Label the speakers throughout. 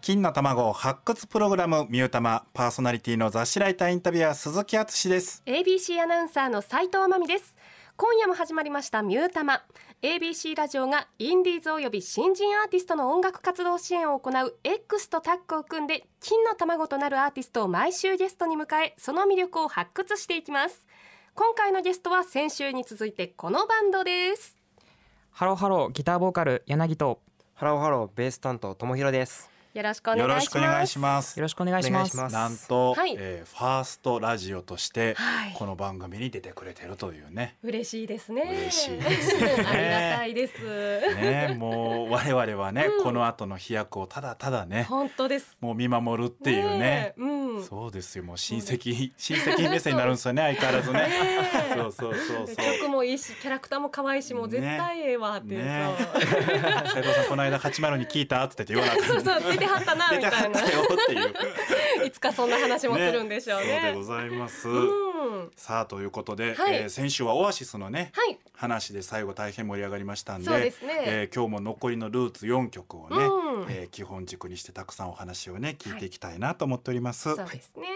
Speaker 1: 金の卵発掘プログラムミュータマパーソナリティの雑誌ライターインタビュアー鈴木敦です
Speaker 2: ABC アナウンサーの斉藤真美です今夜も始まりましたミュータマ ABC ラジオがインディーズおよび新人アーティストの音楽活動支援を行う X とタッグを組んで金の卵となるアーティストを毎週ゲストに迎えその魅力を発掘していきます今回のゲストは先週に続いてこのバンドです
Speaker 3: ハローハローギターボーカル柳と
Speaker 4: ハローハローベース担当ともひろです。
Speaker 2: よろしくお
Speaker 1: よ
Speaker 2: 願
Speaker 1: ろ
Speaker 2: い
Speaker 1: し
Speaker 2: し
Speaker 1: くお願
Speaker 2: ま
Speaker 1: い
Speaker 2: す
Speaker 1: します
Speaker 3: よろしくお願いします
Speaker 4: お願いしま
Speaker 1: なんと、
Speaker 2: はい
Speaker 1: えーファーストラジオとして
Speaker 2: はい
Speaker 1: この番組に出てくれてるという ね
Speaker 2: 嬉しいですね
Speaker 1: 嬉しいですね
Speaker 2: ありがたいです
Speaker 1: ねもう我々はね、
Speaker 2: うん
Speaker 1: この後の飛躍をただただね
Speaker 2: 本当です
Speaker 1: もう見守るっていうね
Speaker 2: ねえうん
Speaker 1: そうですよもう親戚親戚目線になるんですよね相変わらずね
Speaker 2: え
Speaker 1: そうそうそう そう
Speaker 2: 曲もいいしキャラクターも可愛いしもう絶対ええわっていう、
Speaker 1: ね斉藤さんこの間802に聞いたって言って言わな
Speaker 2: そう
Speaker 1: かっ
Speaker 2: そうそう出てはったな
Speaker 1: た
Speaker 2: み
Speaker 1: 出て
Speaker 2: た
Speaker 1: はっ
Speaker 2: いな
Speaker 1: たよっていう
Speaker 2: いつかそんな話もするんでしょうね
Speaker 1: そうでございます、
Speaker 2: うん
Speaker 1: さあということで、
Speaker 2: はい
Speaker 1: えー先週はオアシスのね
Speaker 2: はい
Speaker 1: 話で最後大変盛り上がりましたんで
Speaker 2: そうですね
Speaker 1: えー今日も残りのルーツ4曲をね、
Speaker 2: うん
Speaker 1: えー基本軸にしてたくさんお話をね聞いていきたいなと思っております。
Speaker 2: そうですね、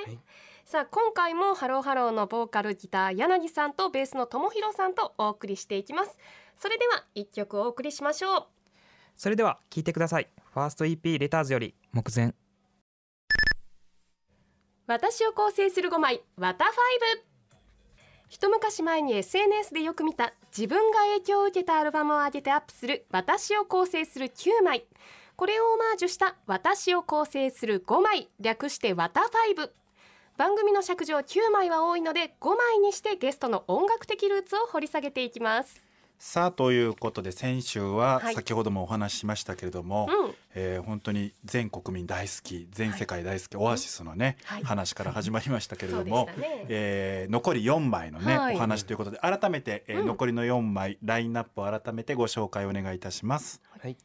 Speaker 2: さあ今回もハローハローのボーカルギター柳さんとベースの友博さんとお送りしていきますそれでは一曲お送りしましょう
Speaker 3: それでは聞いてくださいファースト EP レターズより目前
Speaker 2: 私を構成する5枚「ワタファイブ一昔前に SNS でよく見た自分が影響を受けたアルバムを上げてアップする「私を構成する9枚」これをオマージュした「私を構成する5枚」略して「ワタファイブ番組の尺上9枚は多いので5枚にしてゲストの音楽的ルーツを掘り下げていきます。
Speaker 1: さあということで先週は
Speaker 2: はい
Speaker 1: 先ほどもお話ししましたけれども、
Speaker 2: うん
Speaker 1: えー本当に全国民大好き全世界大好き、オアシスのね、
Speaker 2: はい
Speaker 1: 話から始まりましたけれ
Speaker 2: そ
Speaker 1: ど
Speaker 2: うでし
Speaker 1: も
Speaker 2: た。ね
Speaker 1: えー残り4枚のね、
Speaker 2: はい
Speaker 1: お話ということで改めて、えー
Speaker 2: うん
Speaker 1: 残りの4枚ラインナップを改めてご紹介お願いいたします。
Speaker 4: はい。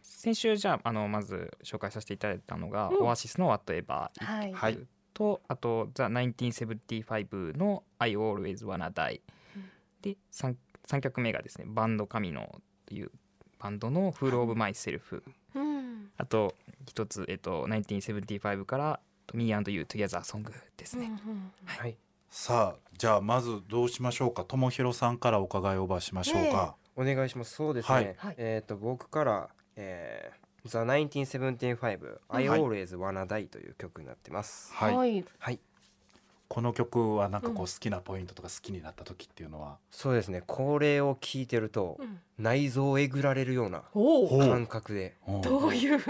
Speaker 3: 先週じゃああのまず紹介させていただいたのが、
Speaker 2: うん
Speaker 3: オアシスの「Whatever
Speaker 2: はい」
Speaker 1: はい
Speaker 3: とあと「The1975」の「I Always Wanna Die
Speaker 2: うん」
Speaker 3: で 3, 三曲目がですねバンド神野というバンドの「Full of Myself」
Speaker 2: うん
Speaker 3: あと一つ、えっと、1975から「Me and You Together Song」です
Speaker 2: うんう
Speaker 3: ね、
Speaker 2: ん
Speaker 4: はい。
Speaker 1: さあじゃあまずどうしましょうかともひろさんからお伺いをばしましょうか。
Speaker 4: お願いします。そうですね。
Speaker 1: はい
Speaker 2: はい
Speaker 4: えっ、と僕から、えー、The 1975 I
Speaker 1: はい
Speaker 4: Always Wanna Die という曲になってます。
Speaker 1: はい、
Speaker 2: はい
Speaker 4: はい。
Speaker 1: この曲はなんかこう
Speaker 2: うん
Speaker 1: 好きなポイントとか好きになった時っていうのは、
Speaker 4: そうですね。これを聞いてると
Speaker 2: うん
Speaker 4: 内臓をえぐられるような
Speaker 2: お
Speaker 1: ほ
Speaker 2: お
Speaker 1: う
Speaker 4: 感覚で、
Speaker 1: うん
Speaker 2: どういう
Speaker 4: なん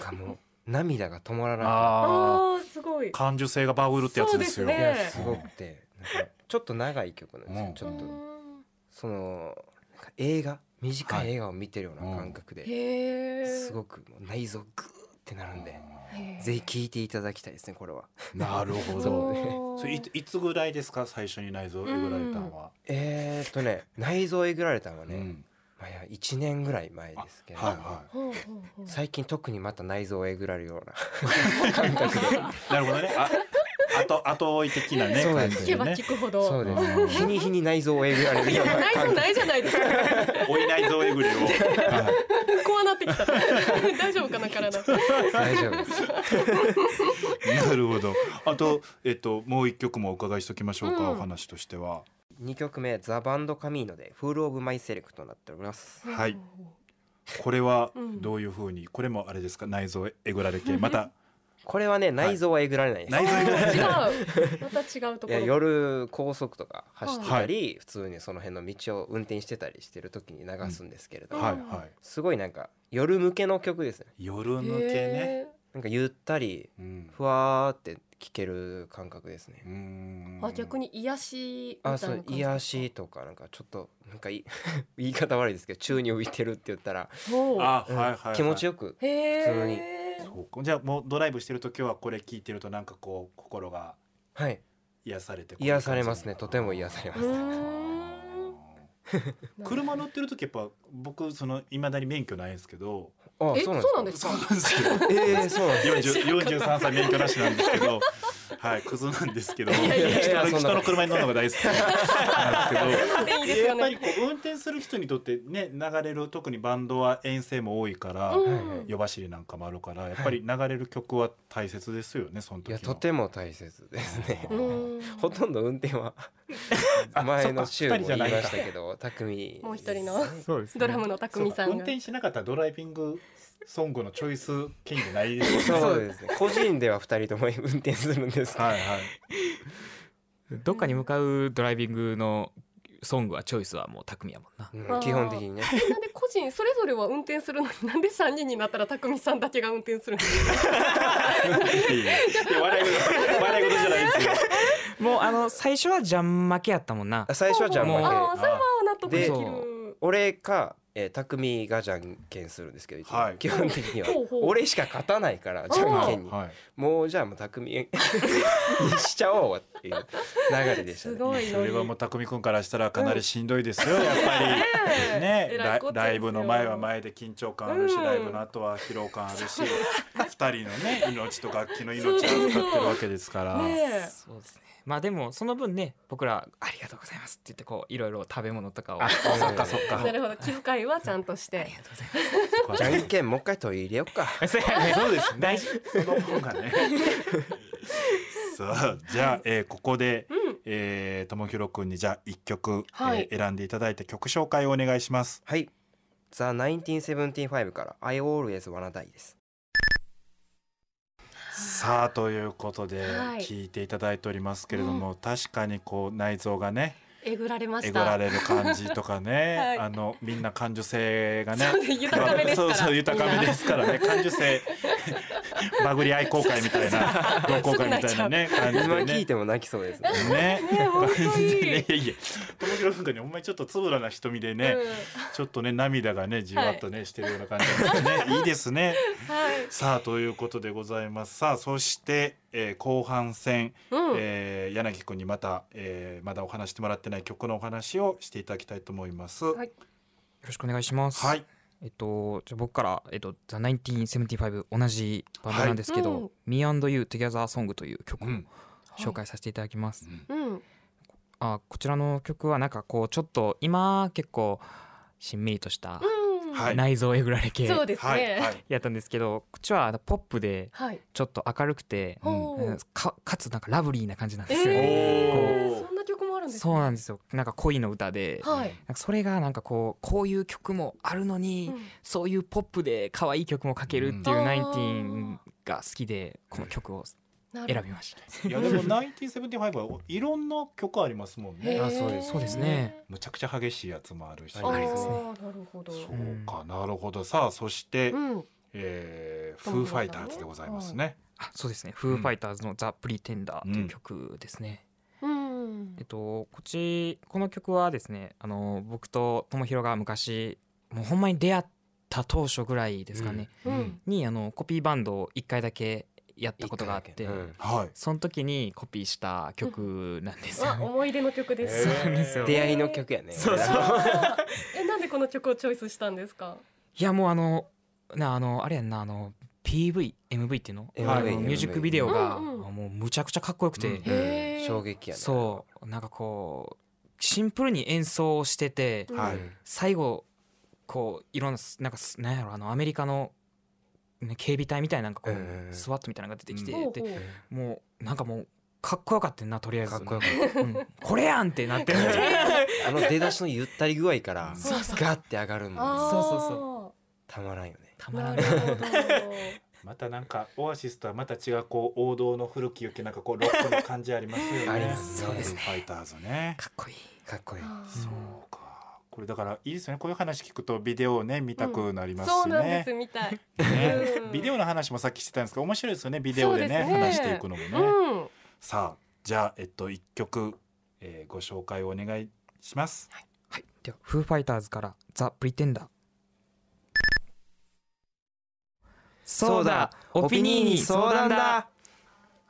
Speaker 4: かもう涙が止まらな
Speaker 1: あ
Speaker 2: あーすごい
Speaker 1: ー感受性がバグるってやつですよ。
Speaker 2: そう
Speaker 4: い。
Speaker 2: で
Speaker 4: いや
Speaker 2: ね
Speaker 4: すごくて、なんかちょっと長い曲なんですよ。
Speaker 1: うん
Speaker 4: ちょっと
Speaker 2: うん
Speaker 4: そのなんか映画短い映画を見てるよう
Speaker 1: はい
Speaker 4: な感覚で、
Speaker 2: へえ
Speaker 4: すごくもう内臓グーってなるんで、ぜ
Speaker 2: ひ
Speaker 4: ひ聴いていただきたいですねこれは。
Speaker 1: なるほ
Speaker 4: そ
Speaker 1: ど
Speaker 4: う。
Speaker 1: それいいつぐらいですか最初に内臓をえぐられたのは。
Speaker 4: えー、っとね内臓をえぐられたのはね、
Speaker 1: うん
Speaker 4: まあ、いや1年ぐらい前ですけど、
Speaker 1: はいは
Speaker 2: ほうほうほう
Speaker 4: 最近特にまた内臓をえぐられるよう な
Speaker 1: い。なるほどね。あ後後追い的なね
Speaker 4: そう
Speaker 1: 感
Speaker 4: で
Speaker 1: じ
Speaker 2: 聞
Speaker 4: す
Speaker 2: け
Speaker 1: で
Speaker 2: ば
Speaker 1: ね
Speaker 2: 聞。くほど
Speaker 4: そうです、
Speaker 1: うん
Speaker 4: 日に日に内臓をえぐられる
Speaker 2: い
Speaker 4: よ
Speaker 2: や
Speaker 4: うな
Speaker 2: 内
Speaker 4: 感
Speaker 2: 臓
Speaker 4: じ
Speaker 2: ないじゃないですか
Speaker 1: 追い内臓え ぐりを。はい
Speaker 2: 怖なってきた大丈夫かな体
Speaker 4: 大丈夫です
Speaker 1: なるほど。あと、えっと、もう一曲もお伺いしときましょうか、
Speaker 2: うん
Speaker 1: お話としては。
Speaker 4: 2曲目「ザ・バンド・カミーノ」で「フール・オブ・マイ・セレクト」になっております
Speaker 1: はいこれは
Speaker 2: うん
Speaker 1: どういうふうに、これもあれですか、内臓えぐられ系、また。
Speaker 4: これはね内臓はえぐられないです、
Speaker 1: 内臓えぐられ
Speaker 2: 違う
Speaker 1: 系。
Speaker 2: また違うと
Speaker 4: い
Speaker 2: こ
Speaker 4: や
Speaker 2: ろ
Speaker 4: 夜高速とか走ってたり、普通にその辺の道を運転してたりしてる時に流すんですけれども、
Speaker 1: はいはい。
Speaker 4: すごいなんか夜向けの曲ですね
Speaker 1: 夜抜けね。
Speaker 2: へ
Speaker 4: なんかゆったり
Speaker 1: うん。
Speaker 4: ふわーって聴ける感覚ですね
Speaker 1: う。ん
Speaker 2: ーあ逆。に癒しみたい
Speaker 4: あ
Speaker 2: な
Speaker 4: そ
Speaker 2: 感
Speaker 4: う
Speaker 2: じ
Speaker 4: 癒しとかなんかちょっとなんかい 言い方悪いですけど宙に浮いてるって言ったら、
Speaker 2: ほう
Speaker 1: あ、は
Speaker 4: う
Speaker 1: い
Speaker 4: ん
Speaker 1: はいはい。
Speaker 4: 気持ちよく
Speaker 2: へえ
Speaker 1: そうか。じゃあ、もうドライブしてる時は、これ聞いてると、なんかこう、心が
Speaker 4: はい
Speaker 1: 癒されて。
Speaker 4: 癒されますねとても癒されます
Speaker 2: うーん
Speaker 1: 車乗ってる時やっぱ僕そのいまだに免許ないんですけど
Speaker 4: あ
Speaker 2: えそうなんです
Speaker 1: そうなんですけど
Speaker 4: えー、そうなんです
Speaker 1: 四十四十三歳免許なしなんですけど、はい、クズなんですけど、
Speaker 4: いやいやいや
Speaker 1: 人の
Speaker 4: そんなこと
Speaker 1: 人の車に乗るのが大好きなんですけど。
Speaker 2: でいいです
Speaker 1: や
Speaker 2: よ
Speaker 1: っぱり
Speaker 2: ね。
Speaker 1: こう運転する人にとってね流れる特にバンドは遠征も多いから、
Speaker 2: うん
Speaker 1: 夜走りなんかもあるからやっぱり流れる曲は大切ですよねその時
Speaker 4: い
Speaker 1: の
Speaker 4: やとても大切ですね
Speaker 1: う。
Speaker 2: うん
Speaker 4: ほとんど運転は
Speaker 1: あ
Speaker 4: 前の週
Speaker 1: そ
Speaker 4: も
Speaker 1: っか二人じゃ
Speaker 4: 言い
Speaker 1: な
Speaker 4: ま
Speaker 1: い
Speaker 4: したけど匠
Speaker 2: もう一人の
Speaker 3: そうですね
Speaker 2: ドラムの
Speaker 1: そう
Speaker 2: 匠
Speaker 1: か
Speaker 2: さ
Speaker 1: 運
Speaker 2: んが。
Speaker 1: 転しなかったらドライビングソングのチョイス権利ないですよね
Speaker 4: そうですね 個人では二人とも運転するんですけど
Speaker 1: はい はい
Speaker 3: どっかに向かうドライビングのソングはチョイスはもう匠やもんな。
Speaker 4: うん基本的にね
Speaker 2: なんで個人それぞれは運転するのになんで3人になったら匠さんだけが運転するんですか
Speaker 1: いやいや笑い事笑い事じゃないですよ
Speaker 3: もうあの最初はジャン負けやったもんな
Speaker 4: あ。最初はじゃん
Speaker 3: も
Speaker 2: あ
Speaker 3: う
Speaker 4: 負
Speaker 2: あ
Speaker 4: け
Speaker 2: それは納得できる
Speaker 4: で俺か、えー、匠がじゃんけんするんですけど、いつも
Speaker 1: はい
Speaker 4: 基本的には
Speaker 2: ほうほう
Speaker 4: 俺しか勝たないからじゃんけんに
Speaker 1: はい
Speaker 4: もうじゃあもう匠 にしちゃおうっていう流れでした
Speaker 2: す
Speaker 4: ね。
Speaker 2: ごい
Speaker 1: そ
Speaker 2: の
Speaker 1: れはも
Speaker 2: に
Speaker 1: う匠くんからしたらかなりしんどいですよ、やっぱりね
Speaker 2: えら
Speaker 1: ラ
Speaker 2: い
Speaker 1: イ
Speaker 2: こっちゃ
Speaker 1: ライブの前は
Speaker 2: で
Speaker 1: 前で緊張感あるし、
Speaker 2: うん
Speaker 1: ライブの後は疲労感あるし二人のね命と楽器の命を預かってるわけですから、
Speaker 2: ねえ
Speaker 3: そうですね。まあでもその分ね僕らありがとうございますって言ってこういろいろ食べ物とかを。あ
Speaker 1: あ
Speaker 3: り
Speaker 1: そっかそっか
Speaker 2: なるほど気遣いはちゃんとして
Speaker 3: がとうございます
Speaker 4: じゃんけんもう一回取り入れようか。
Speaker 3: そうやね。
Speaker 1: そうですね大事その方がねさあじゃあ、えーここで
Speaker 2: うん
Speaker 1: えーともひろくんにじゃあ一曲、
Speaker 2: はい
Speaker 1: えー選んでいただいて曲紹介をお願いします
Speaker 4: はい。ザ1975から I always wanna die です。
Speaker 1: さあということで
Speaker 2: はい
Speaker 1: 聞いていただいておりますけれども、確かにこう内臓がね
Speaker 2: えぐられま
Speaker 1: え
Speaker 2: し
Speaker 1: ぐら
Speaker 2: た
Speaker 1: れる感じとかね、
Speaker 2: はい
Speaker 1: あのみんな感受性がね
Speaker 2: そうです豊かめですから
Speaker 1: そうそう豊かめですからね感受性 バグり愛好会みたいな同好会みたいなね感じ
Speaker 4: 今
Speaker 1: で
Speaker 4: 聞い
Speaker 1: ね。
Speaker 4: ても泣きそう ですね。
Speaker 1: ね、
Speaker 2: ね本当に
Speaker 1: ね いやいや、友広君がね、ほんまにちょっとつぶらな瞳でね、ちょっとね、涙がね、じわっとね、してるような感じです ね。いいですね。
Speaker 2: うんはい
Speaker 1: さあ、ということでございます。さあ、そして、えー後半戦、
Speaker 2: うん
Speaker 1: えー柳君にまた、えーまだお話してもらってない曲のお話をしていただきたいと思います。
Speaker 2: はい
Speaker 3: よろしくお願いします。
Speaker 1: は。い、
Speaker 3: えっとじゃあ僕からえっとザ1975同じバンドなんですけど、
Speaker 2: はいうん
Speaker 3: Me and You Together Song という曲を
Speaker 1: うん
Speaker 3: 紹介させていただきます。
Speaker 2: うん
Speaker 3: あこちらの曲はなんかこうちょっと今結構しんみりとした
Speaker 2: うん
Speaker 1: はい
Speaker 3: 内臓えぐられ系
Speaker 2: そうです
Speaker 1: はい、は
Speaker 2: ね
Speaker 1: い、
Speaker 3: やったんですけどこっちはあのポップで
Speaker 2: はい
Speaker 3: ちょっと明るくて
Speaker 2: ほう
Speaker 3: うんかかつなんかラブリーな感じなんですよね。
Speaker 2: え
Speaker 1: おー
Speaker 2: ーそんな曲もあるんですね
Speaker 3: そうなんですよなんか恋の歌でなん
Speaker 2: はい
Speaker 3: かそれがなんかこうこういう曲もあるのに、
Speaker 2: うん
Speaker 3: そういうポップで可愛い曲も書けるっていう
Speaker 2: うん
Speaker 3: ナインティーンが好きでこの曲を
Speaker 2: なるほ
Speaker 3: 選びました。
Speaker 1: いや、でも、ナインティセブンティファイブはいろんな曲ありますもん
Speaker 2: どへ
Speaker 1: ね
Speaker 2: ー。
Speaker 3: あそうですそうですね
Speaker 1: むちゃくちゃ激しいやつもあるし。
Speaker 2: あ
Speaker 4: り
Speaker 2: ー
Speaker 4: ますね
Speaker 2: なるほど
Speaker 1: そう
Speaker 3: う
Speaker 1: か、なるほど。さあ、そして、
Speaker 2: うん
Speaker 1: えー
Speaker 2: どう
Speaker 1: フ
Speaker 2: も
Speaker 1: ーファイターズでございますね。
Speaker 3: あそうですね。フーファイターズのザプリテンダーという曲ですね。
Speaker 2: うん
Speaker 3: えっとこっちこの曲はですねあの僕とともひろが昔もうほんまに出会った当初ぐらいですかね、
Speaker 2: うん
Speaker 3: にあのコピーバンドを一回だけやったことがあって、
Speaker 4: うん
Speaker 1: はい。
Speaker 3: その時にコピーした曲なんですよ
Speaker 2: あ
Speaker 3: ね。
Speaker 2: 思い出の曲です
Speaker 3: そうなんですよ
Speaker 4: 出会いの曲やね。
Speaker 3: そうそう
Speaker 4: 俺ら
Speaker 2: あーえなんでこの曲をチョイスしたんですか。
Speaker 3: いやもうあのなあのあれやんなあの PV MV っていうの,、
Speaker 4: MV
Speaker 3: あのミュージックビデオが、
Speaker 2: うんうん
Speaker 3: もうむちゃくちゃかっこよくて、
Speaker 1: うん
Speaker 2: へー
Speaker 4: 衝撃やね。
Speaker 3: そうなんかこうシンプルに演奏してて、
Speaker 2: うん
Speaker 1: はい
Speaker 3: 最後こういろんななんかすなんやろあのアメリカの、ね、警備隊みたいななんかこう、
Speaker 4: うんうんうん
Speaker 3: スワットみたいなのが出てきて、
Speaker 1: うん
Speaker 2: ほう
Speaker 3: で
Speaker 2: ほう
Speaker 3: もうなんかもうかっこよかったなとりあえず
Speaker 4: かっこよ
Speaker 3: かった、うんこれやんってなって
Speaker 4: あの出だしのゆったり具合から
Speaker 3: そうそう
Speaker 4: ガッて上がるんで
Speaker 2: あ ー
Speaker 3: そうそうそ
Speaker 4: たまらんよね。
Speaker 3: たまら
Speaker 2: な
Speaker 3: ない
Speaker 2: るほど。
Speaker 1: またなんかオアシスとはまた違うこう王道の古き良きなんかこうロックの感じありますよね。
Speaker 4: ありますね
Speaker 1: そうですね。ファイターズね。
Speaker 3: かっこいい
Speaker 4: かっこいい。
Speaker 2: あ
Speaker 1: そうか。これだからいいですよね。こういう話聞くとビデオをね見たくなり
Speaker 2: ー
Speaker 1: ます
Speaker 2: そう
Speaker 1: し
Speaker 2: なんで
Speaker 1: ね
Speaker 2: す。みたい。
Speaker 1: ね
Speaker 2: うん
Speaker 1: ビデオの話もさっきしてたんですけど面白いですよね。ビデオでね
Speaker 2: そうですね
Speaker 1: 話していくのもね。
Speaker 2: うん。
Speaker 1: さあじゃあえっと一曲、えー、ご紹介をお願いします。
Speaker 3: はい、ではフーファイターズからザ・プリテンダーそうだオピニーに相談だ。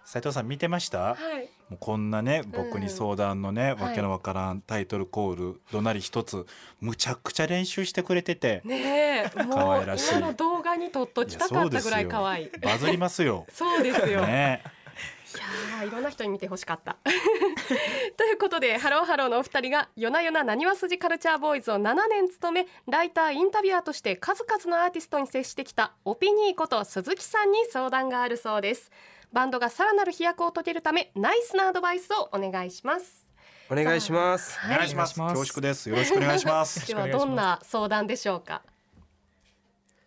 Speaker 1: 斉藤さん見てました？
Speaker 2: はい。
Speaker 1: もうこんなね僕に相談のね、
Speaker 2: うん
Speaker 1: わけのわからんタイトルコール、どなり一つむちゃくちゃ練習してくれてて、
Speaker 2: ねえ、
Speaker 1: 可
Speaker 2: もう
Speaker 1: 愛らしい
Speaker 2: 今の動画に撮っときたかったぐらい可愛い。。
Speaker 1: バズりますよ
Speaker 2: そうですよ。
Speaker 1: ね
Speaker 2: いやーいろんな人に見てほしかった ということでハローハローのお二人が夜な夜ななにわ筋カルチャーボーイズを7年務めライターインタビュアーとして数々のアーティストに接してきたオピニーこと鈴木さんに相談があるそうですバンドがさらなる飛躍を遂げるためナイスなアドバイスをお願いします
Speaker 4: お願いします。
Speaker 1: お願いします
Speaker 3: お願いします
Speaker 1: 恐縮ですよろしくお願いします
Speaker 3: よ
Speaker 2: 今
Speaker 3: ろ
Speaker 2: 日
Speaker 3: しくお願いします
Speaker 2: はどんな相談でしょうか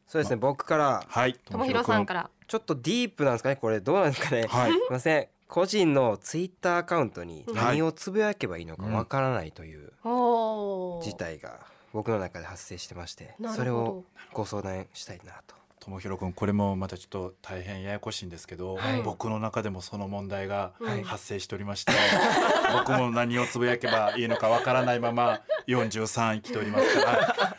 Speaker 4: そうですね。僕から
Speaker 1: はい
Speaker 2: 友広さんから
Speaker 4: ちょっとディープなんですかね。これどうなんですかね。す
Speaker 1: はい
Speaker 4: いません。個人のツイッターアカウントに何をつぶやけばいいのかわからないという
Speaker 2: おー
Speaker 4: 事態が僕の中で発生してまして
Speaker 2: なるほ、ど
Speaker 4: それをご相談したいなと。
Speaker 1: 友広君これもまたちょっと大変ややこしいんですけど、
Speaker 2: はい
Speaker 1: 僕の中でもその問題が
Speaker 2: はい
Speaker 1: 発生しておりまして、僕も何をつぶやけばいいのかわからないまま43生きておりますか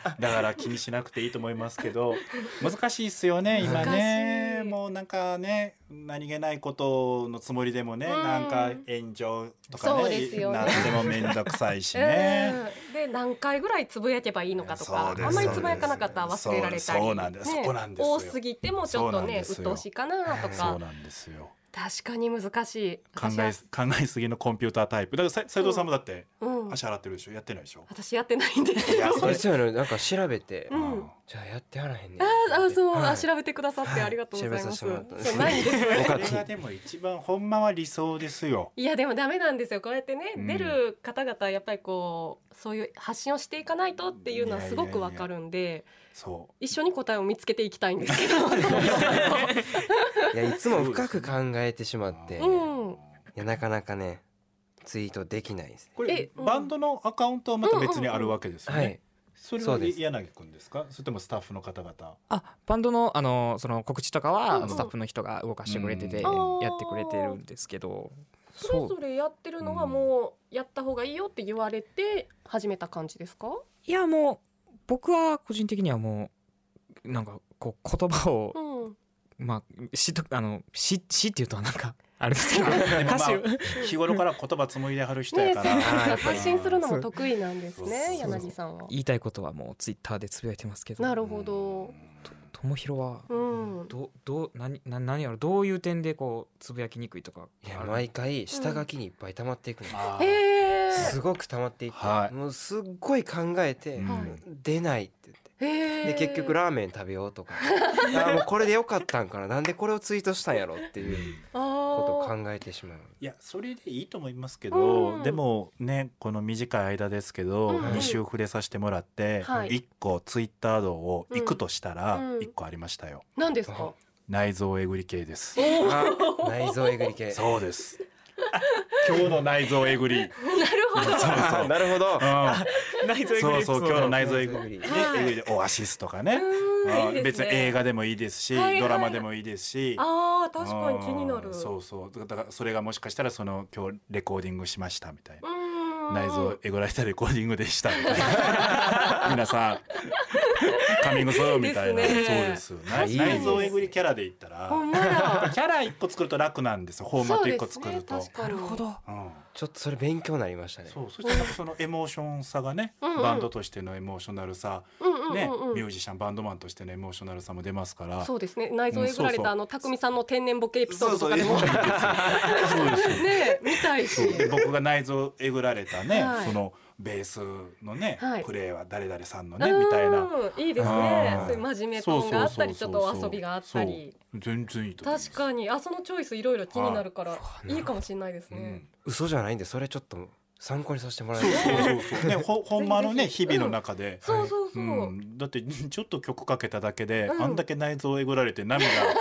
Speaker 1: らだから気にしなくていいと思いますけど難しいですよね今ね
Speaker 2: 難しい
Speaker 1: もうなんかね何気ないことのつもりでもね、
Speaker 2: うん
Speaker 1: なんか炎上とか
Speaker 2: そう
Speaker 1: ね
Speaker 2: ですよね
Speaker 1: 何でも面倒くさいしね。
Speaker 2: うんで何回ぐらいつぶやけばいいのかと
Speaker 1: そ
Speaker 2: か
Speaker 1: うです
Speaker 2: あんまりつぶやかなかったら忘れられたり
Speaker 1: そうそうなんですそこなんですよ
Speaker 2: 多すぎてもちょっ
Speaker 1: そう
Speaker 2: と
Speaker 1: なん
Speaker 2: ね
Speaker 1: ですよ
Speaker 2: 鬱陶しいかなと
Speaker 1: そう
Speaker 2: か
Speaker 1: なんですよ
Speaker 2: 確かに難しい
Speaker 1: 考
Speaker 2: 私は
Speaker 1: え考えすぎのコンピュータータイプだからさ斉藤さんもだって
Speaker 2: うん、
Speaker 1: 足洗ってるでしょやってないでしょ
Speaker 2: 私やってないんです
Speaker 1: いや
Speaker 2: よ
Speaker 1: それ
Speaker 4: ですよね。なんか調べて
Speaker 2: う、ん
Speaker 4: じゃあやってはらへんね ん。
Speaker 2: ああそう、
Speaker 4: はい
Speaker 2: あ調べてくださってありがとうございます。
Speaker 4: 調べさせてもらったんです
Speaker 2: そうないんですよ。
Speaker 4: 僕
Speaker 1: そ
Speaker 4: は
Speaker 1: れがでも一番ほんまは理想ですよ。
Speaker 2: いやでもダメなんですよこうやってね、
Speaker 1: うん
Speaker 2: 出る方々やっぱりこうそういう発信をしていかないとっていうのはい
Speaker 1: やい
Speaker 2: す
Speaker 1: やいや
Speaker 2: ごくわかるんで
Speaker 1: そ
Speaker 2: 一緒に答えを見つけていきたいんですけど
Speaker 4: いやいつも深く考えてしまって、
Speaker 2: う
Speaker 4: い
Speaker 2: ん
Speaker 4: やなかなかねツイートできないですね。
Speaker 1: う。こ
Speaker 2: え
Speaker 1: れ
Speaker 2: うん
Speaker 1: バンドのアカウントはまた別にあるわけですよね。
Speaker 4: はい。
Speaker 1: それ
Speaker 4: そ
Speaker 1: は
Speaker 4: うです
Speaker 1: 柳くんですか。それともスタッフの方 々。
Speaker 3: あバンドのあのその告知とか
Speaker 2: うんう
Speaker 3: は
Speaker 2: ん
Speaker 3: スタッフの人が動かしてくれててや
Speaker 2: うん
Speaker 3: ってくれてるんですけど
Speaker 2: それ
Speaker 3: そ
Speaker 2: ぞ
Speaker 3: う
Speaker 2: れやってるのはもうやった方がいいよって言われて始めた感じですか、
Speaker 3: いやもう僕は個人的にはもうなんかこう言葉を
Speaker 2: うん、
Speaker 3: まあ詩とあの詩詩っていうとなんかあれです けど
Speaker 1: でもまあ
Speaker 3: 歌詞を
Speaker 1: 日頃から言葉紡いではる人
Speaker 2: ね
Speaker 1: や
Speaker 2: え
Speaker 1: から。やっぱり
Speaker 2: 発信するのも
Speaker 3: そう
Speaker 2: 得意なんです
Speaker 1: そ
Speaker 2: ね
Speaker 1: う
Speaker 3: そう
Speaker 2: 柳さんは。
Speaker 3: 言いたいことはもうツイッターでつぶやいてますけど
Speaker 2: なるほど。
Speaker 3: ともひろは
Speaker 2: うん
Speaker 3: どど何な何やろどういう点でこうつぶやきにくいとか
Speaker 4: いや
Speaker 3: ある
Speaker 4: 毎回下書きにいっぱい溜まっていくの、
Speaker 1: あ
Speaker 2: へ
Speaker 1: ー
Speaker 2: え
Speaker 4: すごく溜まっていって、
Speaker 1: はい
Speaker 4: もうすっごい考えて、
Speaker 1: うん
Speaker 2: はい
Speaker 4: 出ないって言って。
Speaker 2: へえ
Speaker 4: で結局ラーメン食べようとかあーもうこれでよかったんかななんでこれをツイートしたんやろっていうことを
Speaker 2: あー
Speaker 4: 考えてしまう
Speaker 1: いやそれでいいと思いますけど、
Speaker 2: うん
Speaker 1: でもねこの短い間ですけど、
Speaker 2: う
Speaker 1: 二
Speaker 2: ん
Speaker 1: 2週触れさせてもらって、
Speaker 2: はい
Speaker 1: 一個ツイッター道を行くとしたら
Speaker 2: うんうん
Speaker 1: 一個ありましたよ、
Speaker 2: 何ですか
Speaker 1: 内臓えぐり系です
Speaker 4: あ 内臓えぐり系
Speaker 1: そうです。 今日の内臓えぐり。
Speaker 2: なるほど
Speaker 1: そうそう。
Speaker 4: あ ーなるほど
Speaker 3: 内臓
Speaker 1: うん、
Speaker 3: えぐり
Speaker 1: そう
Speaker 3: エピソ
Speaker 1: そ
Speaker 3: ー
Speaker 1: う
Speaker 3: ド
Speaker 1: 今日の内臓えぐり、ね
Speaker 2: はい
Speaker 1: えぐりでオアシスとかね。
Speaker 2: うーん
Speaker 1: あ
Speaker 2: いいです
Speaker 1: 別
Speaker 2: ね
Speaker 1: に映画でもいいですし、
Speaker 2: はいはい
Speaker 1: ドラマでもいいですし。
Speaker 2: ああ確かに気にな
Speaker 1: う
Speaker 2: る。
Speaker 1: んそうそうだからそれがもしかしたらその今日レコーディングしましたみたいな
Speaker 2: うーん
Speaker 1: 内臓えぐられたレコーディングで したみたいな皆さんカミングソロみたいな、
Speaker 2: ですね
Speaker 1: そうです
Speaker 4: かに
Speaker 1: 内臓えぐりキャラで言ったら
Speaker 2: ほんまや。
Speaker 1: キャラ一個作ると楽なんですよ フォーマット一個作ると、
Speaker 2: そうですね確か
Speaker 3: な
Speaker 2: に
Speaker 3: るほど
Speaker 1: うん
Speaker 4: ちょっとそれ勉強になりましたね
Speaker 1: そうそしてなんかそのエモーションさがね、
Speaker 2: うんうん
Speaker 1: バンドとしてのエモーショナルさ、
Speaker 2: うんうんうんうん
Speaker 1: ねミュージシャンバンドマンとしてのエモーショナルさも出ますから
Speaker 2: そうですね。内臓えぐら
Speaker 1: う
Speaker 2: れ
Speaker 1: んそうそ
Speaker 2: た
Speaker 1: う
Speaker 2: あの匠さんの天然ボケエピソードとか
Speaker 1: エ
Speaker 2: で
Speaker 1: モ
Speaker 2: も
Speaker 1: ーショナルですよそうですよ
Speaker 2: ね見たいし
Speaker 1: そう。で僕が内臓えぐられたね、
Speaker 2: はい
Speaker 1: そのベースのね、
Speaker 2: はい
Speaker 1: プレイは誰々さんの
Speaker 2: う
Speaker 1: ねみたいな
Speaker 2: ーんいいですね
Speaker 1: うん
Speaker 2: そういう真面目トーンがあったりち
Speaker 1: そ
Speaker 2: ょっ
Speaker 1: うそうそうそう
Speaker 2: とお遊びがあったり
Speaker 1: そう全然いいと思います
Speaker 2: 確かにあそのチョイスいろいろ気になるからいいかもしれないです
Speaker 1: う
Speaker 2: ね
Speaker 1: ん、
Speaker 4: 嘘じゃないんでそれちょっと参考にさせてもらい
Speaker 1: そ
Speaker 4: ま
Speaker 1: う
Speaker 4: す
Speaker 1: そうそうそうねほ ほんまのね
Speaker 2: ぜひ
Speaker 1: 日
Speaker 2: ぜひ
Speaker 1: 々の中で、、
Speaker 2: そうそうそううん
Speaker 1: だってちょっと曲かけただけで、
Speaker 2: うん
Speaker 1: あんだけ内臓えぐられて涙
Speaker 2: 我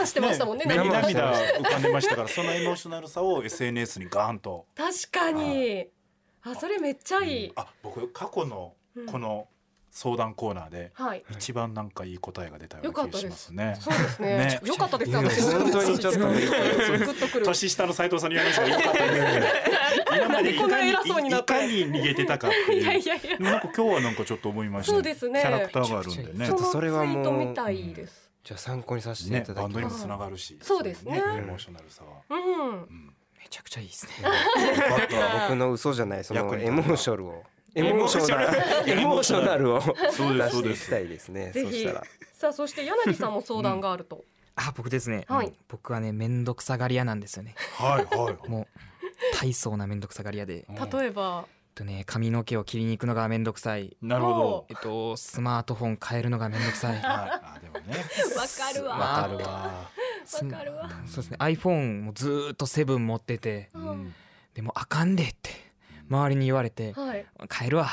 Speaker 2: 慢 してましたもんね
Speaker 1: ね
Speaker 2: 何
Speaker 4: 我
Speaker 2: か
Speaker 4: 慢して
Speaker 1: 涙浮かんでましたからそのエモーショナルさを SNS にガーンと
Speaker 2: 確かにあそれめっちゃいい
Speaker 1: あ僕過去の
Speaker 2: うん
Speaker 1: この相談コーナーで
Speaker 2: はい
Speaker 1: 一番なんかいい答えが出たような気がしますね。
Speaker 2: そうですね
Speaker 1: ね
Speaker 2: 良かったです
Speaker 4: いや
Speaker 2: 私
Speaker 4: 本当にちょっとね
Speaker 2: グッとくる
Speaker 1: 年下の斉藤さんに言われましたが今までいか
Speaker 2: なん
Speaker 1: に
Speaker 2: でこんな偉そうに
Speaker 1: い
Speaker 2: な
Speaker 1: か
Speaker 2: って
Speaker 1: に逃げてたかっていう。
Speaker 2: いやいやいや
Speaker 1: でもなんか今日はなんかちょっと思いました、
Speaker 2: そうですね
Speaker 1: キャラクターがあるんでね
Speaker 4: ちょっとそれはもう
Speaker 2: そのツイートみたいです。
Speaker 4: じゃあ参考にさせてい
Speaker 1: ね
Speaker 4: ただ
Speaker 1: バ
Speaker 4: き
Speaker 1: ンドに
Speaker 4: ま
Speaker 1: も
Speaker 4: す
Speaker 1: つながるし
Speaker 2: そうですね
Speaker 1: エモーショナルさは、
Speaker 2: うん
Speaker 1: う。ん、
Speaker 3: めちゃくちゃいいですね
Speaker 4: 僕の嘘じゃないその
Speaker 1: 役に
Speaker 4: エ
Speaker 1: 立
Speaker 4: モ
Speaker 1: った
Speaker 4: ーショルをエ
Speaker 1: エ
Speaker 4: モ
Speaker 1: モ
Speaker 4: ー
Speaker 1: ー
Speaker 4: シ
Speaker 1: シ
Speaker 4: ョ
Speaker 1: ョ
Speaker 4: ナ
Speaker 1: ナル
Speaker 4: ルエモーショナルを
Speaker 1: そうで
Speaker 4: 出
Speaker 1: すそう
Speaker 4: してい
Speaker 1: で
Speaker 4: き
Speaker 1: す
Speaker 4: たいですね
Speaker 2: ぜ
Speaker 4: そ
Speaker 2: ひ
Speaker 4: したら
Speaker 2: さあそして柳さんも相談があると。
Speaker 3: あ僕ですね、
Speaker 2: はい
Speaker 3: うん僕はね面倒くさがり屋なんですよね
Speaker 1: はいはい
Speaker 3: もう大層な面倒くさがり屋で、えっ
Speaker 1: え
Speaker 2: 例えば
Speaker 3: とね、髪の毛を切りに行くのが面倒くさい、
Speaker 1: なるほど
Speaker 3: えっと、スマートフォン変えるのが面倒くさいわ
Speaker 1: はいあでもね
Speaker 2: わかるわ
Speaker 1: わかるわ
Speaker 2: わかるわ
Speaker 3: そうですね iPhone もずーっとセブン持ってて
Speaker 1: うん
Speaker 3: でもあかんでって周りに言われて
Speaker 2: はい
Speaker 3: 「変えるわ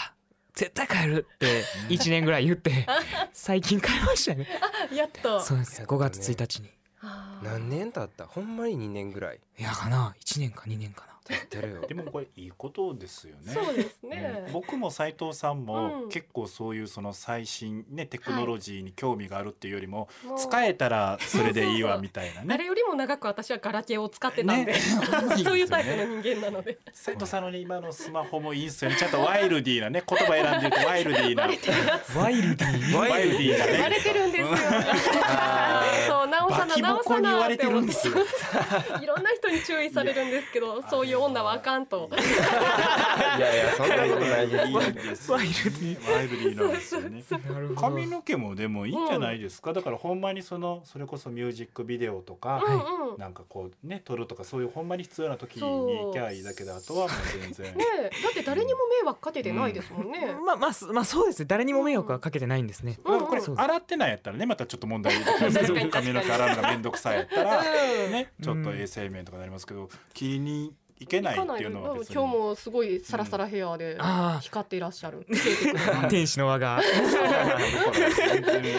Speaker 3: 絶対変える」って1年ぐらい言って最近変えましたよね
Speaker 2: やっと
Speaker 3: そうです
Speaker 4: やっ
Speaker 3: 5
Speaker 4: とね
Speaker 3: 月1日に
Speaker 2: あー
Speaker 4: 何年経ったほんまに2年ぐらい
Speaker 3: いやかな1年か2年かな
Speaker 4: 経ってるよ
Speaker 1: でもこれいいことですよね
Speaker 2: そうですね
Speaker 1: 僕も斉藤さん
Speaker 2: う
Speaker 1: も
Speaker 2: ん
Speaker 1: 結構そういうその最新ねテクノロジーに興味があるっていうよりも
Speaker 2: もう
Speaker 1: 使えたらそれでいいわみたいな
Speaker 2: あ
Speaker 1: ね。
Speaker 2: れよりも長く私はガラケーを使ってた んで、
Speaker 1: ね
Speaker 2: そういうタイプの人間なので
Speaker 1: 斉藤さんのね今のスマホもいいんですよね。ちょっとワイルディーなね言葉選んでるとワイルディーな
Speaker 2: バレてるや
Speaker 3: ワイルドに
Speaker 1: ワイルディーな
Speaker 2: つバ
Speaker 1: ね
Speaker 2: レてるんです よそう直さ
Speaker 1: バ
Speaker 2: な
Speaker 1: キボ
Speaker 2: 直
Speaker 1: コ
Speaker 2: さ
Speaker 1: に言
Speaker 2: な
Speaker 1: わ
Speaker 2: っ
Speaker 1: れ
Speaker 2: て
Speaker 1: てる
Speaker 2: 思っ
Speaker 1: ん
Speaker 2: て
Speaker 1: ですよ。
Speaker 2: いろんな人に注意されるんですけどそういう女はあかんと
Speaker 4: いやいやそんなことないです
Speaker 1: いいですよねワイルディーなんですよね。
Speaker 3: なるほど
Speaker 1: 髪の毛もでもいいんじゃないですか、だからほんまにそのそれこそミュージックビデオとか、
Speaker 2: うんうん
Speaker 1: なんかこうね撮るとかそういうほんまに必要な時に
Speaker 2: そう
Speaker 1: キャーいいだけであとはもう全然
Speaker 2: ねえだって誰にも迷惑かけてないですもんね、
Speaker 3: まあまあすまあそうですね誰にも迷惑はかけてないんですね、
Speaker 2: うん
Speaker 1: なんかこれ
Speaker 3: そうです
Speaker 1: 洗ってないやったらねまたちょっと問題です
Speaker 2: 確かに
Speaker 1: 髪の毛洗うのが面倒くさいやったらね
Speaker 3: うん
Speaker 1: ちょっと衛生面とかなりますけど気にいけないっていうのは
Speaker 2: うん
Speaker 1: 別に
Speaker 2: 今日もすごいサラサラヘアで
Speaker 3: あ
Speaker 2: 光っていらっしゃる清 潔感
Speaker 3: あ天使の輪が
Speaker 1: 全然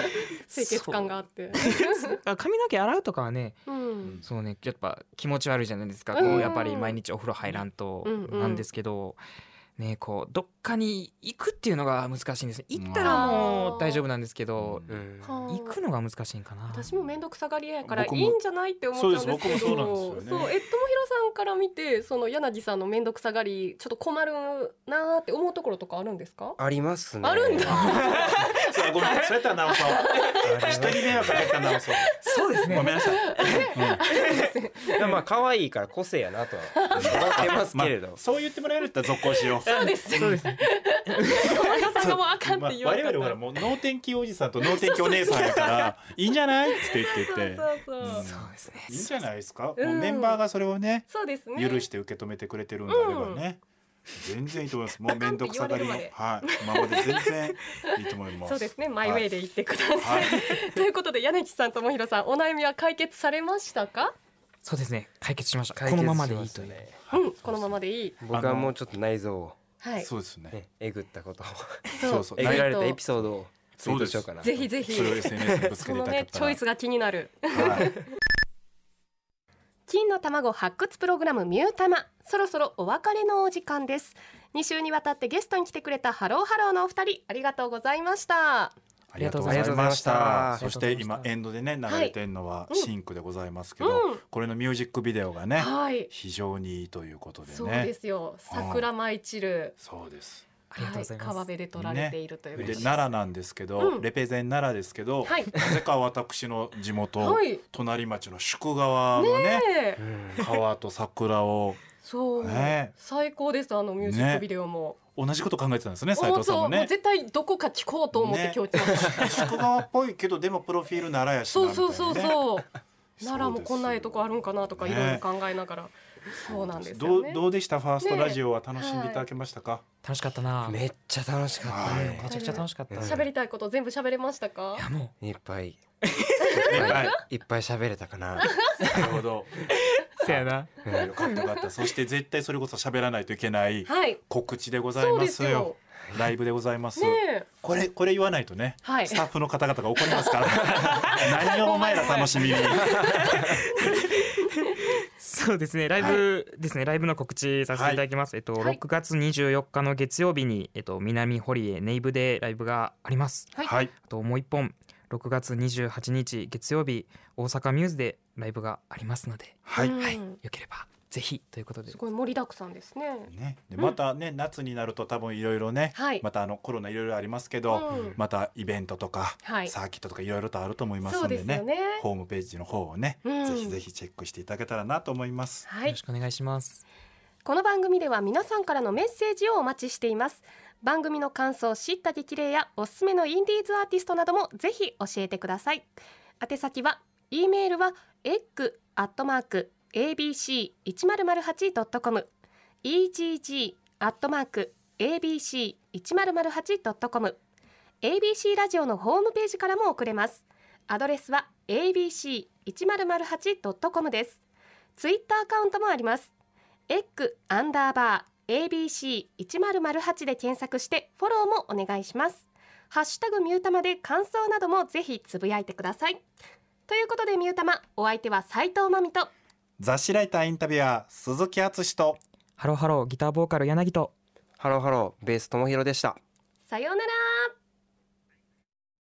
Speaker 2: 清潔感があって
Speaker 3: あ髪の毛洗うとかはね
Speaker 2: うん
Speaker 3: そうねやっぱ気持ち悪いじゃないですか、
Speaker 2: う
Speaker 3: こ
Speaker 2: ん
Speaker 3: うやっぱり毎日お風呂入らんと
Speaker 2: うんうん
Speaker 3: なんですけど、ねこうどっかに行くっていうのが難しいんですね行ったらもう大丈夫なんですけど、
Speaker 1: う
Speaker 4: うんん
Speaker 2: はあ
Speaker 3: 行くのが難しいんかな
Speaker 2: 私も面倒くさがり屋やからい
Speaker 1: 僕も
Speaker 2: いんじゃないって思ったんですけど
Speaker 1: そうです僕もそうなんですよね
Speaker 2: そうえっともひろさんから見てその柳さんの面倒くさがりちょっと困るなーって思うところとかあるんですか
Speaker 4: ありますね
Speaker 2: あるんだ
Speaker 1: そうごめんそうやったら直 そう人に迷惑かけたら直そう
Speaker 3: そうですね
Speaker 1: ごめんなさい、うん
Speaker 4: いやまあ可愛いから個性やなとは思ってますけれ ど、
Speaker 1: まあそう言ってもらえるったら続行しよう
Speaker 2: そうですね
Speaker 3: そうです ね
Speaker 2: えっともひろさんがもうあかんって言
Speaker 1: まあ
Speaker 2: われ
Speaker 1: 我
Speaker 2: た
Speaker 1: 々ほらもう能天気おじさんと能天気お姉さんやからいいんじゃないっつって言ってて
Speaker 2: そうそうそう
Speaker 1: うん
Speaker 3: そうですね
Speaker 1: いいんじゃないですか、
Speaker 2: うん
Speaker 1: もうメンバーがそれをね
Speaker 2: そうですね
Speaker 1: 許して受け止めてくれてるんであればね、全然いいと思います もう面倒くさがりの
Speaker 2: バ
Speaker 1: は
Speaker 2: カンって
Speaker 1: いままで全然いいと思います
Speaker 2: そうですねマイウェイで言ってください、
Speaker 1: はい
Speaker 2: ということで柳さんともひろさんお悩みは解決されましたか
Speaker 3: そうですね解決しました
Speaker 4: 解
Speaker 3: こ
Speaker 4: 決
Speaker 3: の
Speaker 4: し
Speaker 3: まま
Speaker 4: ま
Speaker 3: でいい
Speaker 4: し
Speaker 3: と
Speaker 4: た
Speaker 3: いう、
Speaker 4: ね
Speaker 2: うんこのままでいい
Speaker 4: 僕はもうちょっと内臓を、
Speaker 2: はい
Speaker 1: そうですね
Speaker 4: ね、えぐったことを
Speaker 1: そうそう
Speaker 4: え
Speaker 1: な
Speaker 4: ぐ
Speaker 1: い
Speaker 4: られたエピソードをツイートしようかなと
Speaker 2: ぜひぜひ
Speaker 1: それを SNS にぶつ
Speaker 2: そ
Speaker 1: けてい
Speaker 2: の
Speaker 1: ただ
Speaker 2: ね
Speaker 1: け
Speaker 2: チ
Speaker 1: たら
Speaker 2: ョイスが気になる
Speaker 1: はい
Speaker 2: 金の卵発掘プログラムミュータマそろそろお別れのお時間です2週にわたってゲストに来てくれたハローハローのお二人ありがとうございました
Speaker 1: ありがとうございました。そ
Speaker 3: りがと
Speaker 4: あ
Speaker 3: うございました
Speaker 1: して今エンドでね流れてるのは
Speaker 2: うん
Speaker 1: シンクでございますけど、
Speaker 2: うん
Speaker 1: これのミュージックビデオがね、
Speaker 2: はい
Speaker 1: 非常にいいということでね。
Speaker 2: そうですよ桜舞い散る
Speaker 1: そうです。
Speaker 3: ありがとうございます
Speaker 2: は川辺で撮られているということ
Speaker 1: で
Speaker 2: で、
Speaker 1: 奈良なんですけど、
Speaker 2: うん
Speaker 1: レペゼン奈良ですけど、
Speaker 2: はい
Speaker 1: なぜか私の地元、
Speaker 2: はい
Speaker 1: 隣町の宿川のね
Speaker 2: ねえ
Speaker 4: うん
Speaker 1: 川と桜を
Speaker 2: そう、
Speaker 1: ねえ
Speaker 2: 最高ですあのミュージックビデオも、
Speaker 1: 同じこと考えてたんですね斉
Speaker 2: 思
Speaker 1: 藤
Speaker 2: う
Speaker 1: さん
Speaker 2: と
Speaker 1: も
Speaker 2: もう
Speaker 1: ね。
Speaker 2: 絶対どこか聞こうと思って
Speaker 1: ね
Speaker 2: 今日来ました、
Speaker 1: 宿川っぽいけどでもプロフィール奈良やしなみ
Speaker 2: そ
Speaker 1: たい
Speaker 2: うそ
Speaker 1: な
Speaker 2: う
Speaker 1: ね。
Speaker 2: そうそう奈良もこんなええとこあるんかなとかい
Speaker 1: ね
Speaker 2: ろいろ考えながら、そうなんです
Speaker 1: ど
Speaker 2: よ
Speaker 1: う
Speaker 2: ね
Speaker 1: どうでしたファーストラジオは楽しんでいただけましたか。
Speaker 3: 楽しかったな
Speaker 4: めっちゃ楽しかった
Speaker 1: はい
Speaker 4: ね
Speaker 3: めちゃくちゃ楽しかった
Speaker 4: うん
Speaker 2: 喋りたいこと全部喋れましたか
Speaker 3: いやも
Speaker 4: いっぱい
Speaker 1: はい
Speaker 4: いっぱい喋れたかな。
Speaker 1: なるほど。
Speaker 3: うせやな
Speaker 1: よかったよかった。そして絶対それこそ喋らないといけない
Speaker 2: はい
Speaker 1: 告知でござい
Speaker 2: そう
Speaker 1: ま
Speaker 2: ですす
Speaker 1: よ。
Speaker 2: よ
Speaker 1: ライブでございます。
Speaker 2: ねえ
Speaker 1: これこれ言わないとね。
Speaker 2: はい
Speaker 1: スタッフの方々が怒ります から何をお前ら楽しみに
Speaker 3: そうですねライブですね、ライブの告知させていただきます、えっと、
Speaker 2: はい
Speaker 3: 6月24日の月曜日に、えっと、南堀江ネイブでライブがあります
Speaker 2: はい
Speaker 1: はい
Speaker 3: あともう一本6月28日月曜日大阪ミューズでライブがありますので、
Speaker 1: はい
Speaker 2: うん
Speaker 3: はいよければぜひということです
Speaker 2: ごい盛りだくさんですね
Speaker 1: ねでまたね夏になると多分いろいろね
Speaker 2: はい
Speaker 1: またあのコロナいろいろありますけど
Speaker 2: うん
Speaker 1: またイベントとか
Speaker 2: はい
Speaker 1: サーキットとかいろいろとあると思います
Speaker 2: そ
Speaker 1: の
Speaker 2: う
Speaker 1: で
Speaker 2: ですよ
Speaker 1: ね
Speaker 2: ね
Speaker 1: ホームページの方をね
Speaker 2: うん
Speaker 1: ぜひぜひチェックしていただけたらなと思います
Speaker 2: は
Speaker 3: よ
Speaker 2: い
Speaker 3: ろしくお願いします
Speaker 2: この番組では皆さんからのメッセージをお待ちしています番組の感想知った激励やおすすめのインディーズアーティストなどもぜひ教えてください宛先は E メールは egg.abc1008.com egg.abc1008.com ABC ラジオのホームページからも送れますアドレスは abc1008.com ですツイッターアカウントもありますエッグアンダーバー ABC1008 で検索してフォローもお願いしますハッシュタグミュータマで感想などもぜひつぶやいてくださいということでミュータマお相手は斉藤まみと
Speaker 1: 雑誌ライターインタビュアー鈴木敦と
Speaker 3: ハローハローギターボーカル柳と
Speaker 4: ハローハローベースともひろでした
Speaker 2: さようなら